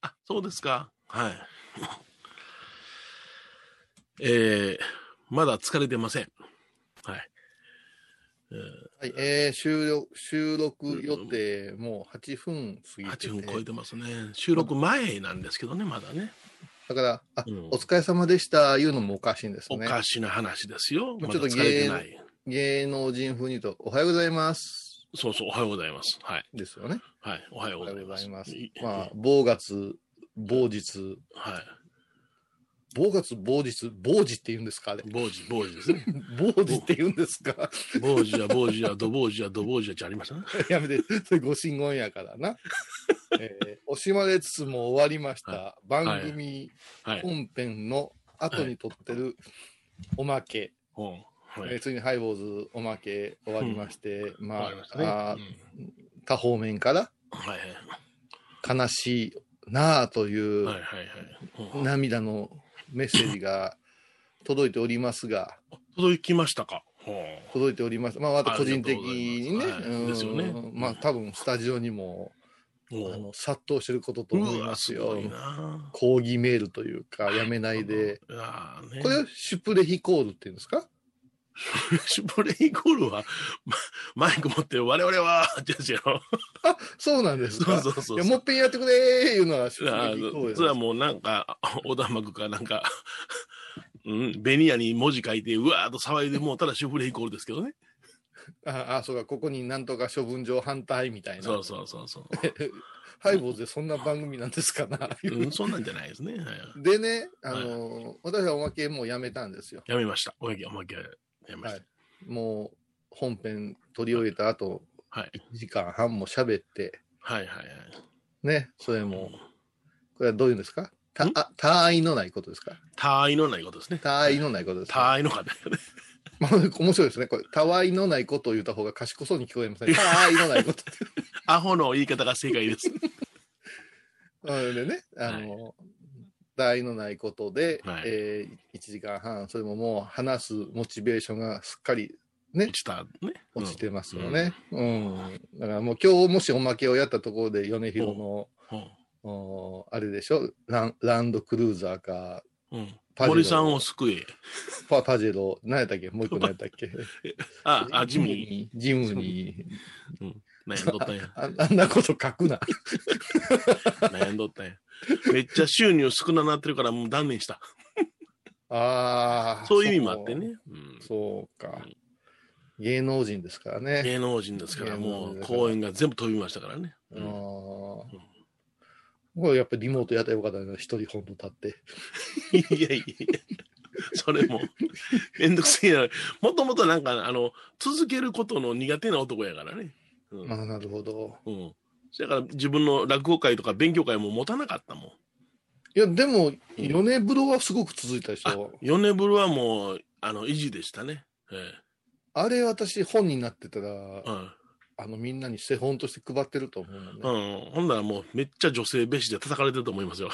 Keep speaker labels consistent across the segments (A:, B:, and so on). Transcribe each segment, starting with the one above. A: あ、そうですか。はい。 えー、まだ疲れてません。はい。
B: はい、えー、収録、収録予定、もう8分過ぎてて
A: 8分超えてますね。収録前なんですけどね、まだね。
B: だから、あ、
A: うん
B: お疲れ様でした、言うのもおかしいんです
A: お
B: ね。
A: かしな話ですよ。
B: も
A: ま
B: う
A: だ
B: ちょっと
A: 疲れてない。
B: 芸能人風に言うと、おはようございます。
A: そうそう、おはようございます。はい。
B: ですよね。
A: はい。おはよう
B: お
A: ご
B: は
A: ざ
B: よ
A: いう
B: ご
A: ま
B: ざ
A: す。
B: います
A: い。
B: まあ、某月、某日、
A: はい。
B: 某月、某日、某時って言うんで すかあれ。
A: 坊主、坊主ですね。
B: 某時って言うんですか
A: 坊主や、坊主や、ど坊主や、ど坊主やってありましたね。
B: やめて、それご神言やから な。えー、惜しまれつつも終わりました。
A: は
B: 番組
A: はい。
B: 本編の後に撮ってるおまけ。
A: うんは
B: えー
A: い。
B: ついにハイボーズおまけ終わりまして、
A: わ
B: ま
A: か
B: あ
A: りましたね。
B: あー
A: うん
B: 他方面から
A: はい
B: 悲しいなあという
A: はいはいはいはい。うん
B: 涙のメッセージが届いておりますが、
A: 届きましたか。うん
B: 届いております。まあ、また個人的にね、
A: ありがとうございますはいですよね
B: うんまあ、多分スタジオにも、
A: お
B: あ
A: う
B: の殺到してることと思いうま
A: わ
B: す
A: す
B: よ
A: ご。いな。
B: 抗議メールというか、やめないで。
A: うわーね、
B: これをシュプレヒコールっていうんですか
A: シュプレイコールは、まマイク持って、我々は、ですよ。
B: あ、そうなんです
A: そう
B: か。
A: そうそう
B: いやもっぺんやってくれーいうのはシュプ
A: あ
B: レヒコール
A: ー
B: です
A: それはもうなんか、おだまくかなんか、 うん、ベニヤに文字書いて、うわーっと騒いでもうただシュフレイコールですけどね。
B: ああ、そうか、ここになんとか処分場反対みたいな。
A: そうそうそうそう。
B: ハイボーズでそんな番組なんですかな。
A: うん、そんなんじゃないですね。はい、
B: でね、あの私はおまけもうやめたんですよ。
A: やめました。おやけ、おまけ、やめま
B: は
A: し
B: い。もう本編取り終えた後、
A: た。はい。
B: 1時間半も喋って、
A: はい、はい、はい。
B: ね、それも、これはどういうんですかた
A: ん
B: あ、他愛のないことですか
A: 他愛のないことですね。
B: 他愛のないことですか、
A: 他愛の方だよね。
B: まあ、面白いですね。これ、たわいのないことを言った方が賢そうに聞こえますね。他愛のないこと。
A: アホの言い方が正解です。
B: うんでね、あの、題のないことで、
A: はい
B: え1時間半、それももう話すモチベーションがすっかりえ
A: 落ちたね。
B: 落ちてますよね。うん。だからもう今日もしおまけをやったところで、米広の、
A: うん。
B: おあれでしょラン、ランドクルーザーか、
A: うん。
B: パジェロ
A: 森さんを救え。
B: パパジェロ、何やったっけもう一個何やったっけ
A: あ、 あ、ジムに、
B: ー。ジムニ
A: 悩んどったんや。
B: ー。ああんなこと書くな。
A: 悩んどったんや。めっちゃ収入少ななってるからもう断念した。
B: ああ。
A: そういう意味もあってね。うん
B: そう。そうか。芸能人ですからね。
A: 芸能人ですから、
B: 芸能
A: も
B: 人
A: う
B: だから
A: 公演が全部飛びましたからね。
B: ああ
A: うん
B: これやっぱりリモートやったらよかったね、一人本当立って。
A: いやいやいや、それも、めんどくせえやろもともとなんか、あの、続けることの苦手な男やからね。うん。
B: ああ、なるほど。
A: うん。だから自分の落語会とか勉強会も持たなかったもん。
B: いや、でも、米風呂はすごく続いたでし
A: あ
B: ょ。、
A: 米ブルはもう、あの、維持でしたね。え
B: あれ、私、本になってたら、
A: えうん。
B: あの、みんなに手本として配ってると思うの
A: うん。
B: ね。
A: ほんならもう、めっちゃ女性蔑視で叩かれてると思い ますよ。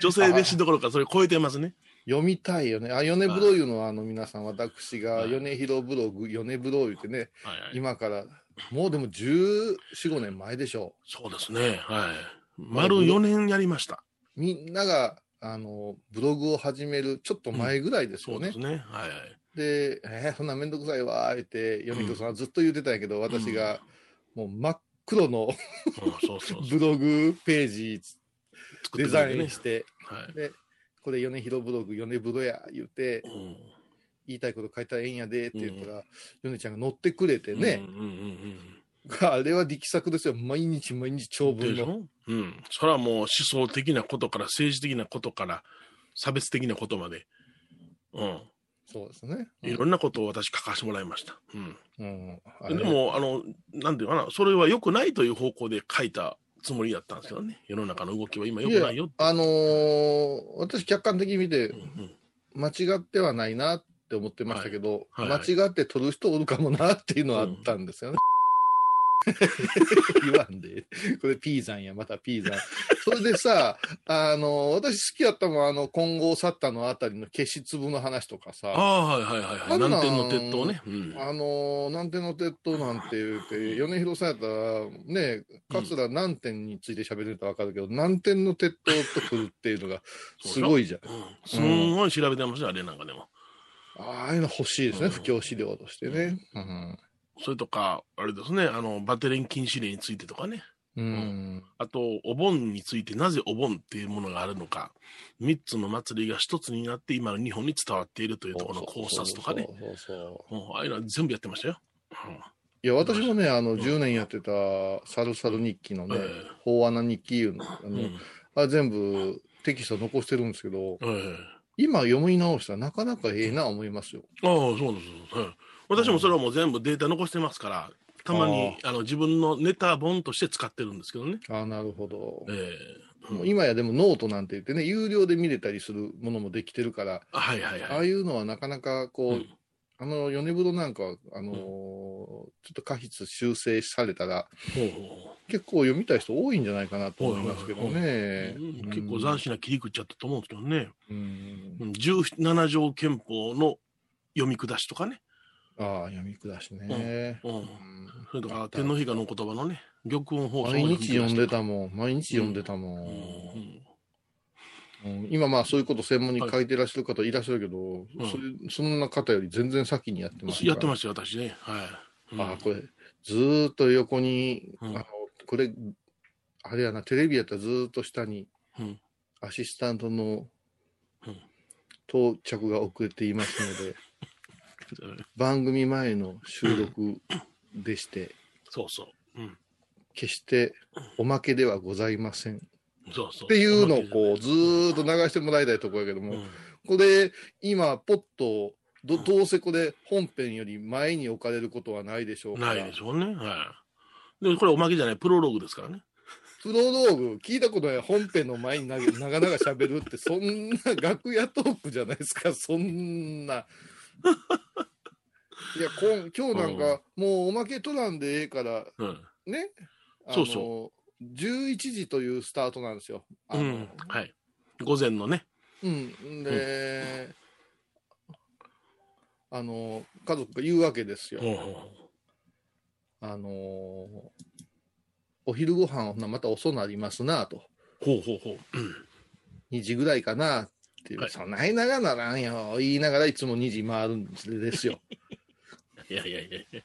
A: 女性蔑視どころか、それ超えてますね。
B: 読みたいよね。あ、米風呂いうのは、あの、皆さん、私が、米広ブログ、米風呂言ってね、
A: はいはい。
B: 今から、もうでも14、5年前でしょ
A: そうですね。はい。丸4年やりました。
B: う。みんなが、あの、ブログを始める、ちょっと前ぐらいです
A: そ
B: よ
A: う
B: ね
A: で。すね。はいはい。
B: で、えーそんなめんどくさいわー、言って、ヨミコさんはずっと言ってたんやけど、私が、もう真っ黒の
A: うんそうそう そう。
B: ブログページ
A: 作って
B: デ
A: くれ
B: ザ
A: て
B: イン
A: ね
B: し。て、
A: はい。
B: これ米広ブログ、米ブロや、言って
A: う、ん
B: 言いたいこと書いたらええんやで、って言ったら、米ちゃんが乗ってくれてね、
A: うんうんうん
B: あれは力作ですよ。毎日毎日長
A: うん。で
B: 文
A: し
B: の。
A: ょうん。それはもう思想的なことから政治的なことから差別的なことまで。うん。
B: そうですね。
A: いろんなことを私書かせてもらいました。うん。
B: うん。あれ
A: で、も、あの、なんていうかな、それは良くないという方向で書いたつもりだったんですけどね。世の中の動きは今良くないよって。
B: あのー私客観的に見て
A: う、んうん
B: 間違ってはないなって思ってましたけど、
A: はいはいはい
B: 間違って取る人おるかもなっていうのはあったんですよね。言わんで。これピーザンや、またピーザン。それでさ、あの、私好きやったもん、あの、混合去ったのあたりの消し粒の話とか
A: あ
B: さ、
A: あ、はいはいはいは
B: あ
A: い。
B: んなん
A: 南天の鉄塔ね。うん。
B: あの、南天の鉄塔なんて言うて、米広さんやったら、ね、桂南天について喋るとわかるけど、南天の鉄塔と来るっていうのがすごいじゃん。
A: うんすんごい調べてました、あれなんかでも。
B: ああいうの欲しいですね、
A: うん
B: 不況資料としてね。うん。
A: それとか、あれですね、あの、バテレン禁止令についてとかね。
B: うん。
A: あと、お盆について、なぜお盆っていうものがあるのか。三つの祭りが一つになって、今の日本に伝わっているというところの考察とかね。
B: そうそうそう。
A: うんああいうのは全部やってましたよ。
B: いや、私もね、あの、
A: ん
B: 10年やってた、サルサル日記のね
A: ええ、
B: 法穴日記いうの、あ
A: うん。う
B: の
A: ん
B: あ全部テキスト残してるんですけど、
A: ええ
B: 今読み直したらなかなかええな思いますよ。
A: ああ、そうです。はい私もそれはもう全部データ残してますから、たまにあの自分のネタ本として使ってるんですけどね。
B: ああ、なるほど。
A: ええ
B: も
A: う
B: うん今やでもノートなんて言ってね、有料で見れたりするものもできてるから、
A: はいはい
B: あ
A: は
B: あ
A: い。
B: いうのはなかなかこう、
A: うん
B: あの、米風呂なんかは、あのー
A: うん
B: ちょっと過筆修正されたら、
A: ほうほうほう
B: 結構読みたい人多いんじゃないかなと思いますけどね。
A: うん結構斬新な切り口だったと思うんですけどね。
B: 新。うん
A: うん17条憲法の読み下しとかね。
B: ああ、読み下しね。
A: うん
B: うん
A: それとか、天皇陛下のお言葉のね、玉音放送の
B: 毎
A: 読み
B: 日
A: 下
B: 読ん
A: し
B: で
A: とか
B: たもん、毎日読んでたも。
A: うんん
B: うん今まあそういうこと専門に書いてらっしゃる方いらっしゃるけど、
A: ん
B: それそんな方より全然先にやってますから。
A: やってましたよ、私ね。はい。うん
B: あこれ、ずーっと横に、
A: うん
B: あの、これ、あれやな、テレビやったらずーっと下に、
A: うん
B: アシスタントの
A: うん
B: 到着が遅れています ので、番組前の収録でして、
A: そうそう。うん
B: 決しておまけではございません。
A: そうそう。
B: っていうのをこうずーっと流してもらいたいとこやけども、
A: うん
B: これ今ポッとどどうせこれ本編より前に置かれることはないでしょうか
A: ないでしょうね。はい。でもこれおまけじゃない、プロローグですからね。
B: プロローグ聞いたことない本編の前にな 長々しゃべるってそんな楽屋トークじゃないですかそんな。いやこん今日なんか、もうおまけ取らんでええから
A: うん。
B: ねあ
A: そ
B: の
A: うそ
B: 11時というスタートなんですよ。あ
A: う
B: の
A: ん。はい。午前のね。
B: うん、で、あの、家族が言うわけですよ。
A: うん
B: あの、お昼ご飯はまた遅なりますなと。
A: ほうほうほう。うん
B: 2時ぐらいかなっていう、
A: はい
B: そない長ならんよ。言いながらいつも2時回るんですよ。
A: いやいやいやいや。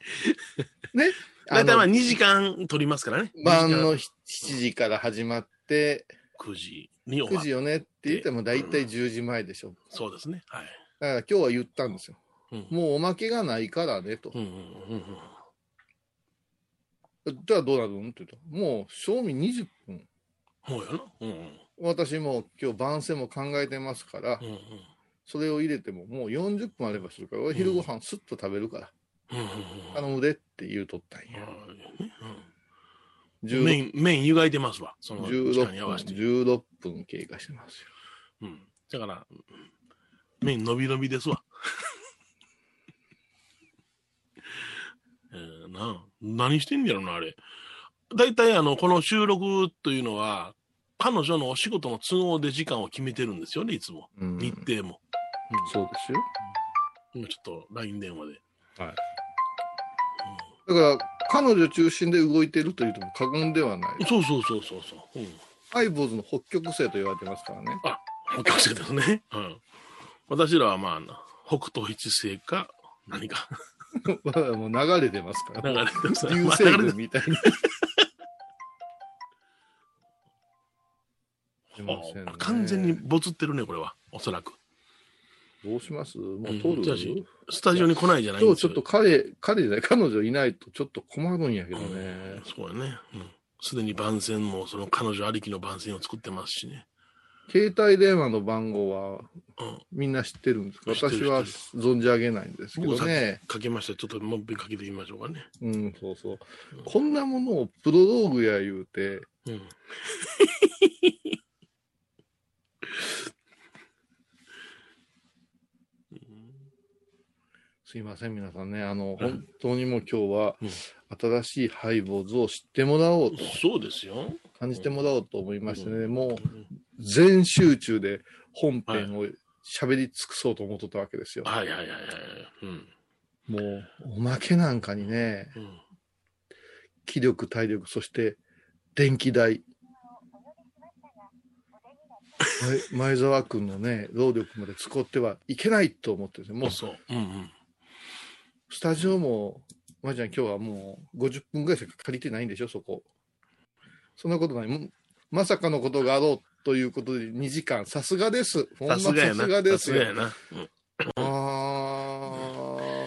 B: あ
A: 大体まあ
B: の
A: 2時間取りますからね。
B: 晩の
A: 2
B: 7時から始まって、
A: 時間9時に終
B: 9
A: わ
B: 時
A: る。
B: よねって言っても大体10時前でしょ。
A: そうですね。はい。
B: だから今日は言ったんですよ。
A: うん
B: もうおまけがないからねと。
A: うんうんうんうん。
B: じゃあどうなるんって言うと、もう賞味20分。
A: もうやな。うんうん
B: 私も今日番宣も考えてますから、
A: うんうん
B: それを入れてももう40分あればするから、お昼ご飯すっと食べるから、
A: うんうんうん
B: 頼むでって言うとったん
A: う
B: や。
A: ん。
B: 16,
A: 麺、麺湯がいてますわ。その時間に合わせて。
B: 16分、16分経過してますよ。
A: うん。だから、麺伸び伸びですわ。 えーな何してんねやろな、あれ。大体、あの、この収録というのは、彼女のお仕事の都合で時間を決めてるんですよね、いつも。
B: うん
A: 日程も。
B: そうですよ。
A: 今ちょっと LINE 電話で。
B: はいだから、彼女中心で動いてると言っても過言ではない。
A: うんそうそうそうそうそう。うん。
B: アイボーズの北極星と言われてますからね。
A: お客さんですね。うん。私らはまあな、北東一星か、何か
B: もう流れてますか
A: 流
B: ら。
A: れてますね
B: 流
A: まあ
B: 星
A: 流れ
B: 群
A: て
B: みたいに。出ま せんね
A: あ完全にボツってるね、これは。おそらく。
B: どうしますもう
A: うん
B: 取る、
A: じゃあしスタジオに来ないじゃないん
B: 今
A: で
B: 日
A: す
B: ちょっと彼、彼じゃない、彼女いないとちょっと困るんやけど
A: う
B: ね
A: ん。そうやね。うんすでに番宣も、その彼女ありきの番宣を作ってますしね。
B: 携帯電話の番号は
A: うん。
B: みんな知ってるんですか
A: 知ってる
B: 私は
A: 知っ
B: 存じ上げないんですけ
A: 僕
B: ど
A: さっ
B: ね。
A: きかけました。ちょっともう一遍かけてみましょうかね。
B: うん、そうそう。こんなものをプロローグや言うて、
A: うん。
B: すすいません、皆さんね。あの、
A: うん
B: 本当にもう今日は
A: うん、
B: 新しいハイボーズを知ってもらおうと、
A: そうですよ。
B: 感じてもらおうと思いましてね、も
A: うん
B: う全集中で本編を喋り尽くそうと思っとったわけですよ。
A: はいはいはいはい。うん。
B: もう、おまけなんかにね、
A: うん
B: 気力、体力、そして電気代。前前澤君のね、労力まで使ってはいけないと思ってるんですよ。も
A: そう。
B: う、
A: うんうん。
B: スタジオも、まいちゃん、今日はもう50分ぐらいしか借りてないんでしょ、そこ。そんなことない。もうまさかのことがあろうということで、2時間。さすがです。ほんま
A: さ
B: さ
A: すがや
B: すが
A: な。
B: で
A: さ
B: す
A: す
B: よ
A: が。やな。うん
B: あ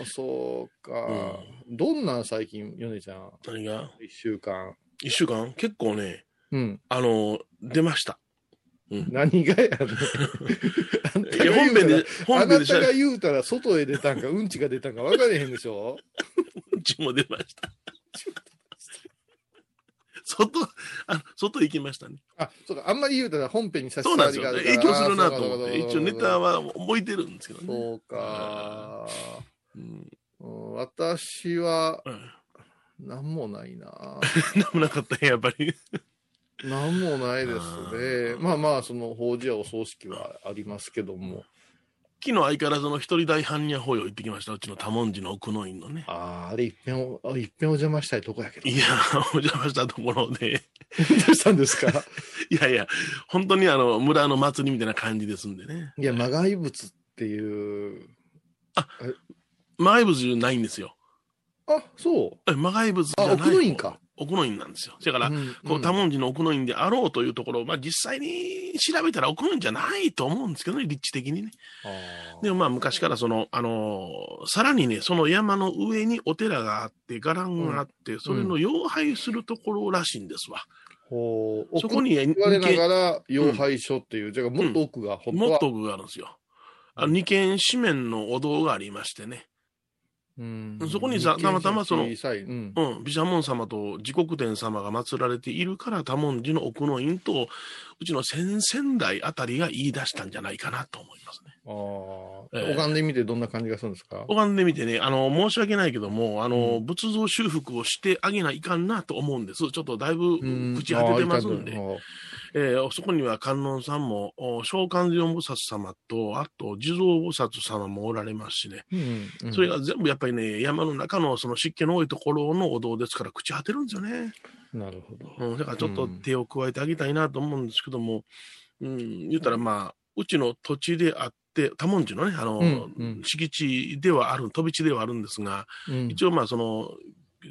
B: あ、そうか。どんなん最近、ヨネちゃん、
A: 何が
B: 1週間。
A: 一週間結構ね、
B: うん。
A: あの、出ました。
B: 何が やねんあん
A: い
B: たが
A: や、本編
B: 言うたら
A: で、
B: あ
A: 本編
B: な
A: でしたゃ
B: が言うたら、外へ出たんか、うんちが出たんか分かれへんでしょ
A: うちも出ました。外、あ外行きましたね。
B: あ、そうか、あんまり言うたら本編に差し
A: そうなんで
B: 障
A: す
B: り
A: よ。
B: があるから
A: 影響するなと思って、
B: あー
A: 一
B: そう
A: 応
B: か
A: ネタは置いてるんですけどね。
B: そうか。
A: うん
B: うん私は、
A: うん
B: なんもな いな。
A: なんもなかったね、やっぱり。
B: なんもないですね
A: あー。
B: まあまあ、その、法事やお葬式はありますけども。
A: 昨日相変わらずの一人大般若法要行ってきました。うちの多文字の奥の院のね。
B: あーあれ一遍お、あ一遍お邪魔したいとこやけど。
A: いや、 お邪魔したところで、
B: どうしたんですか
A: いやいや、本当にあの、村の祭りみたいな感じですんでね。
B: いや、魔外物っていう。
A: 魔外物じゃないんですよ。
B: あ、そう。
A: え魔外物じゃ
B: あ、
A: ない。
B: 奥の院。か。
A: 奥の院なんですよ。だから、
B: ん
A: こう、多
B: ん
A: 文字の奥の院であろうというところを、まあ実際に調べたら奥の院じゃないと思うんですけどね、立地的にね。
B: あー
A: でもまあ昔からその、あのーさらにね、その山の上にお寺があって、伽藍があって、それの妖拝するところらしいんですわ。
B: ほう
A: そ
B: 奥
A: こに
B: 言われ
A: 二
B: な
A: 軒、
B: がら、妖拝所っていう、じゃあもっと奥が、本当
A: も
B: は
A: っ。と奥があるんですよ。あの二軒四面のお堂がありましてね、
B: うん
A: そこにさたまたまその
B: 小さいうん
A: うん、毘沙門様と持国天様が祀られているから、多文字の奥の院と、うちの先々代あたりが言い出したんじゃないかなと思いますね。
B: あー
A: ええ
B: 拝んでみてどんな感じがするんですか
A: 拝んでみてね、あの、申し訳ないけども、あの、
B: う
A: 仏像修復をしてあげないかんなと思うんです。ちょっとだいぶ
B: うん
A: 朽ち果ててますんで
B: あーい。かと
A: えーそこには観音さんも、お召喚寺音菩薩様と、あと地蔵菩薩様もおられますしね、
B: うんうん
A: それが全部やっぱりね、山の中のその湿気の多いところのお堂ですから、朽ち果てるんですよね。
B: なるほど。
A: うん、だからちょっと手を加えてあげたいなと思うんですけども、うん、言ったらまあ、うちの土地であって、多文字のね、あの、
B: うんうん
A: 敷地ではある、飛び地ではあるんですが、
B: うん
A: 一応まあ、その、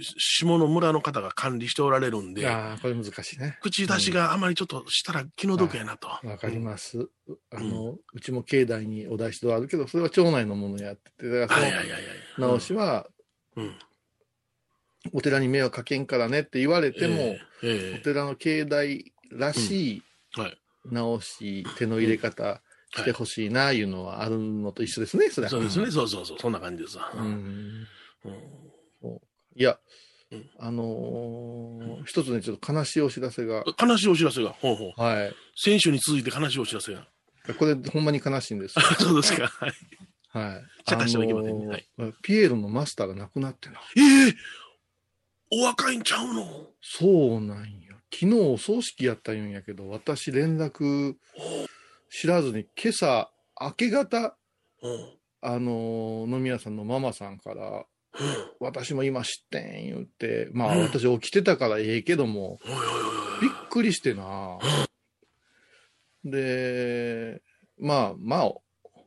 A: し下の村の方が管理しておられるんで、
B: ああ、これ難しいね。
A: 口出しがあまりちょっとしたら気の毒やなと。
B: わかります。あの、うちも境内にお出し堂あるけど、それは町内のものやってて、だか
A: は
B: ら
A: いはい
B: そ
A: はいはい。
B: の直しは、
A: うんうん
B: お寺に迷惑かけんからねって言われても、
A: えええ
B: お寺の境内らしい
A: えはい。
B: 直し、手の入れ方してほしいな、いうのはあるのと一緒ですね、それは
A: そうですね、。そうそうそう、そんな感じですわ。
B: う。ん
A: うん
B: いや
A: うん、
B: あのー一つね、ちょっと悲しいお知らせが、
A: 悲しいお知らせが、ほうほう。
B: はい。
A: 先週に続いて悲しいお知らせが。
B: これ、ほんまに悲しいんですよ。
A: そうですか。はい、
B: はい。
A: 茶化してはいけませんねはい
B: あのーピエロのマスターが亡くなってな。
A: ええお若いんちゃうの
B: そうなんよ。昨日お葬式やったんやけど、私連絡知らずに、今朝、明け方、
A: うん。うん。
B: あのー飲み屋さんのママさんから、私も今知ってん言うて、まあ
A: うん
B: 私起きてたからええけども、
A: おいおいおいお
B: び
A: い
B: っ。くりしてな。で、まあまあ、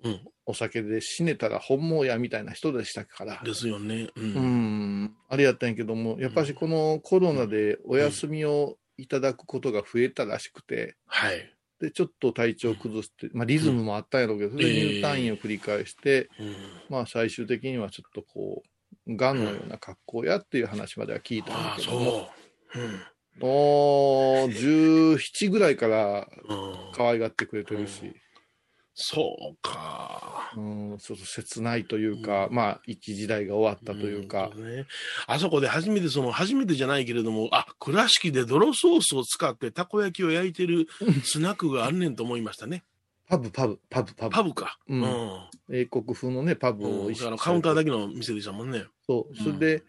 A: うん
B: お酒で死ねたら本望やみたいな人でしたから。
A: ですよね。う。
B: うんん、あれやったんやけども、やっぱしこのコロナでお休みをいただくことが増えたらしくて、
A: はい。
B: で、ちょっと体調崩して、まあリズムもあったんやろうけど、それで入退院を繰り返して、
A: うん。
B: まあ最終的にはちょっとこう、がんのような格好やっていう話までは聞いたん
A: あ
B: だ
A: あ、
B: けども、
A: そう。うん。
B: もう17ぐらいから
A: うん、
B: 可愛がってくれてるし、
A: そうか。
B: うん、ちょっと切ないというか、まあ一時代が終わったというか
A: ん、そうね、あそこで初めてその初めてじゃないけれどもあ倉敷で泥ソースを使ってたこ焼きを焼いてるスナックがあんねんと思いましたね
B: パブ、パブ、パブ、パブ。
A: パブか。
B: う
A: うんん。
B: 英国風のね、パブ
A: う
B: を
A: ん、だか
B: 意識
A: らカウンターだ
B: け。
A: けの店でしたもんね。
B: そう。それ
C: う
B: で、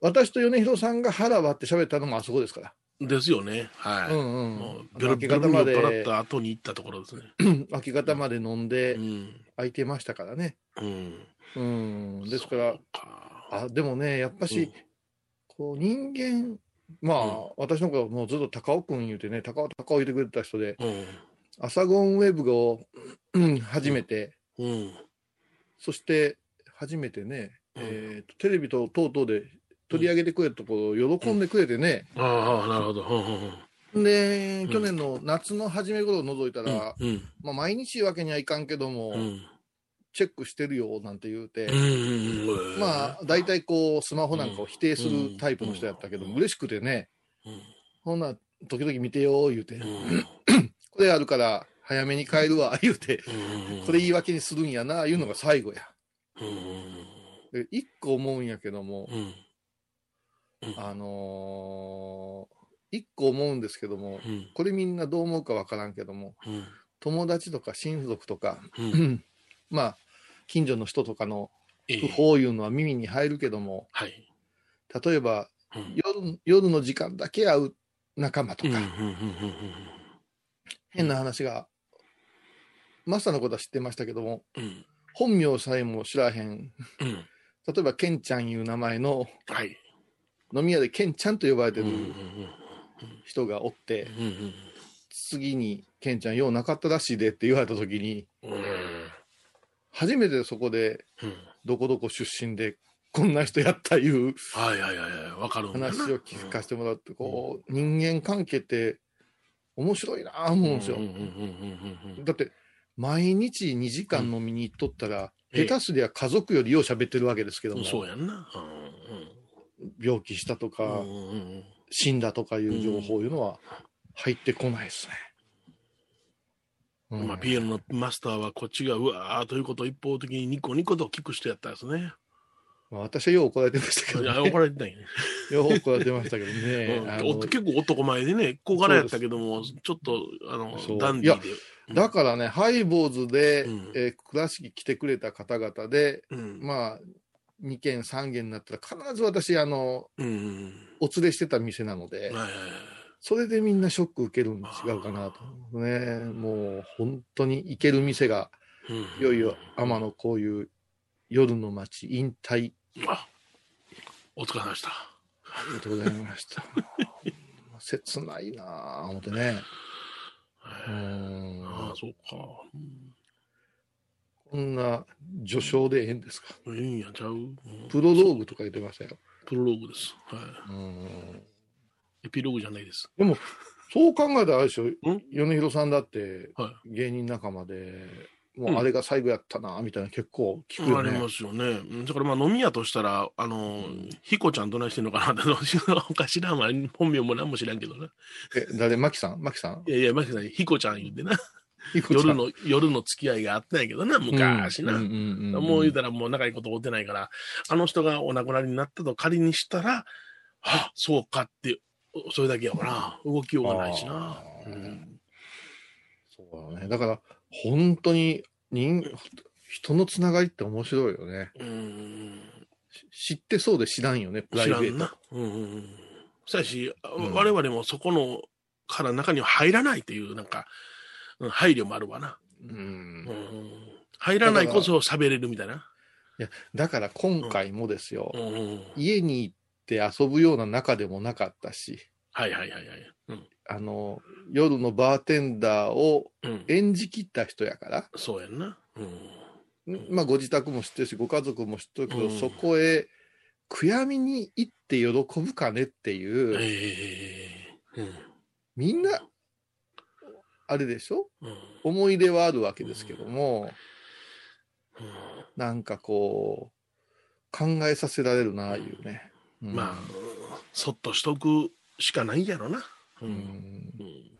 B: 私と米広さんが腹割って喋ったのもあそこですから。
A: ですよね。はい。
B: うんう
A: も
B: ん
A: う。ベロ
B: 明
A: ベ
B: け
A: ロ
B: 方
A: に酔
B: ま
A: っ払っ
B: で、
A: た後に行ったところですね。
B: 明け方まで飲んで
A: う、ん。
B: 空いてましたからね。
A: うん。
B: うん。ですから
A: そう、か、
B: あ、でもね、やっぱ
A: うん
B: し、こう、人間、まあ、
A: うん
B: 私の頃はもうずっと高尾くん言うてね、高尾、高尾言うてくれた人で、
A: うん。
B: アサゴンウェブをうん初めて、
A: うん。
B: そして初めてね、
A: うん
B: えーとテレビと等々で取り上げてくれたところを喜んでくれてね、
A: ああ、なるほど。うんうんうん
B: で
A: ん
B: 去年の夏の初め頃を覗いたら、
A: うん。
B: まあ、毎日いうわけにはいかんけども、
A: うん。
B: チェックしてるよなんて言うて、
A: うん。うん。
B: まあ大体こうスマホなんかを否定するタイプの人やったけど、
A: うん
B: 嬉しくてね
A: うん。
B: ほんな時々見てよ言うて、
A: うん。
B: これあるから早めに帰るわ言うて、
A: うん
B: これ言い訳にするんやないうのが最後や。
A: うん。
B: で一個思うんやけども、
A: うん。
B: あのー一個思うんですけども、
A: うん。
B: これみんなどう思うかわからんけども、
A: うん。
B: 友達とか親族とか、
A: うん。
B: まあ、近所の人とかの
A: ええ
B: 訃報いうのは耳に入るけども、
A: はい。
B: 例えば
A: うん。
B: 夜夜の時間だけ会う仲間と
A: うん。
B: か、
A: うん。うん。
B: 変な話が、マスターのことは知ってましたけども、
A: うん。
B: 本名さえも知らへん、
A: うん。
B: 例えばケンちゃんいう名前の
A: はい。
B: 飲み屋でケンちゃんと呼ばれて
A: うん。う
B: る
A: ん。
B: 人がおって、
A: うん。
B: 次にケンちゃんようなかったらしいでって言われた時に
A: うん。
B: 初めてそこで
A: うん。
B: どこどこ出身でこんな人やったいう
A: はいはいはいはい。わかるんだな
B: 話を聞かせてもらってこう人間関係って面白いなあ思うんですよ
A: う。んうんうんうん
B: だって毎日2時間飲みに行っとったら
A: ええ
B: 下手すりゃ家族よりよう喋ってるわけですけど
A: う
B: も
A: ん。そうやんな。うん
B: 病気したと
A: うん。う
B: か
A: んうんうん
B: 死んだとかいう情報いうのは入ってこないですね。うん
A: まあ、ピエロのマスターはこっちがうわーということを一方的にニコニコと聞く人やったんですね。
B: まあ私はよう怒られてましたけど
A: い
B: ね、
A: や怒られてないね。
B: よくやってましたけどね。あ
A: うん
B: の
A: お結構男前でね、小柄やったけども、ちょっとあの
B: そう
A: ダンディーで。うん
B: だからね、ハイボーズで、
A: うん
B: えー倉敷来てくれた方々で、
A: うん
B: まあ、2軒、3軒になったら、必ず私、あの、
A: うんうん
B: お連れしてた店なので
A: うん。、はいはいはい
B: それでみんなショック受けるん違うかなと。ね、もう本当に行ける店が、
A: うん
B: いよいよ天野こういう夜の街引退
A: あお疲れ様でした。
B: でございました。切ないなぁ、思ってね。う
A: はい
B: ん。
A: ああ、そうか。
B: こんな序章でええんですか。
A: うんいいんやちゃう、うん
B: プロローグとか言ってましたよ。
A: プロローグです。はい。
B: うん
A: エピローグじゃないです。
B: そう考えたらあれでしょ、
A: ん
B: 米広さんだって
A: は
B: 芸人仲間で、
A: う
B: も
A: ん
B: うあれが最後やったなみたいな結構聞く
A: あ
B: よ
A: り
B: ね
A: ま。すよね。うんだからまあ飲み屋としたら、あのー、ヒコちゃんどないしてんのかな って、どうしようか知らんわ。本名も何も知らんけどな。
B: え誰マキさんマキさん
A: いやいや、マキさん、ヒコちゃん言ってな。
B: いくつ
A: 夜の、夜の付き合いがあったんやけどな、昔な。
B: うんうんんん
A: もう言うたらもう仲いいこと会ってないから、あの人がお亡くなりになったと仮にしたら、あ、そうかって、おそれだけやわな。動きようがないしな。
B: あ
A: う
B: ー
A: ん
B: そうだね。だから本当に人人のつながりって面白いよね。
A: うん
B: し知ってそうで知らんよね、プライ
A: 知
B: ベ
A: らん
B: ート。
A: な。うんうんうん。そうやし、
B: ん
A: 我々もそこのから中には入らないという、なんか、うん配慮もあるわな。
B: う、
A: うんん入らないこそ喋れるみたいな。
B: だから今回もですよ、
A: うんうん
B: 家に行って遊ぶような仲でもなかったし、
A: はいはいはいはい。うん
B: あの夜のバーテンダーを
A: うん、
B: 演じきった人やから、
A: そうやんな。うん
B: んまあ、ご自宅も知ってるしご家族も知ってるけど、
A: うん
B: そこへ悔やみに行って喜ぶかねっていう、
A: ええ
B: みんなあれでしょ
A: うんうん
B: 思い出はあるわけですけども、なんかこう考えさせられるなあいうね、う
A: うん
B: ん
A: まあ、そっとしとくしかないんやろな。う
B: うんん、
A: うん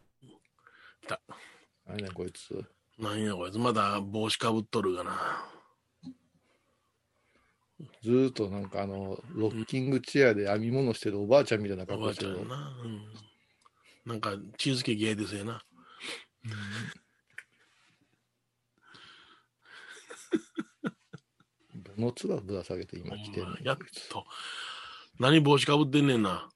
B: あれねこいつ
A: なんやこいつ、まだ帽子かぶっとるがな。
B: ずーっとなんかあのロッキングチェアで編み物してるおばあちゃんみたいな
A: お
B: 格
A: ば
B: 好
A: あ
B: して
A: ちゃん
B: る
A: やな。うんなんか、チーズケーキ嫌いですよな。
B: もつらぶら下げて今来てる
A: ほんまやっと。何帽子かぶってんねんな。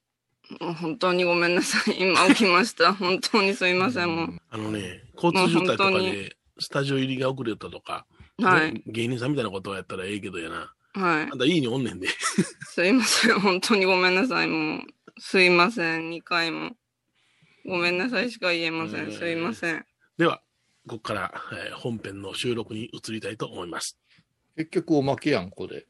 C: もう本当にごめんなさ い。今起きました。本当にすみません。もう。
A: あのね、交通渋滞とか
C: もう本当
A: で、スタジオ入りが遅れたとか、
C: はい。
A: 芸人さんみたいなことをやったらええけどやな。
C: はい
A: あ。んたいいにおんねんで。
C: すいません。本当にごめんなさい。もう。すいません。2回も。ごめんなさいしか言えませ
A: うん
C: ん。すいません。
A: では、ここから、えー本編の収録に移りたいと思います。
B: 結局おまけやん、これ。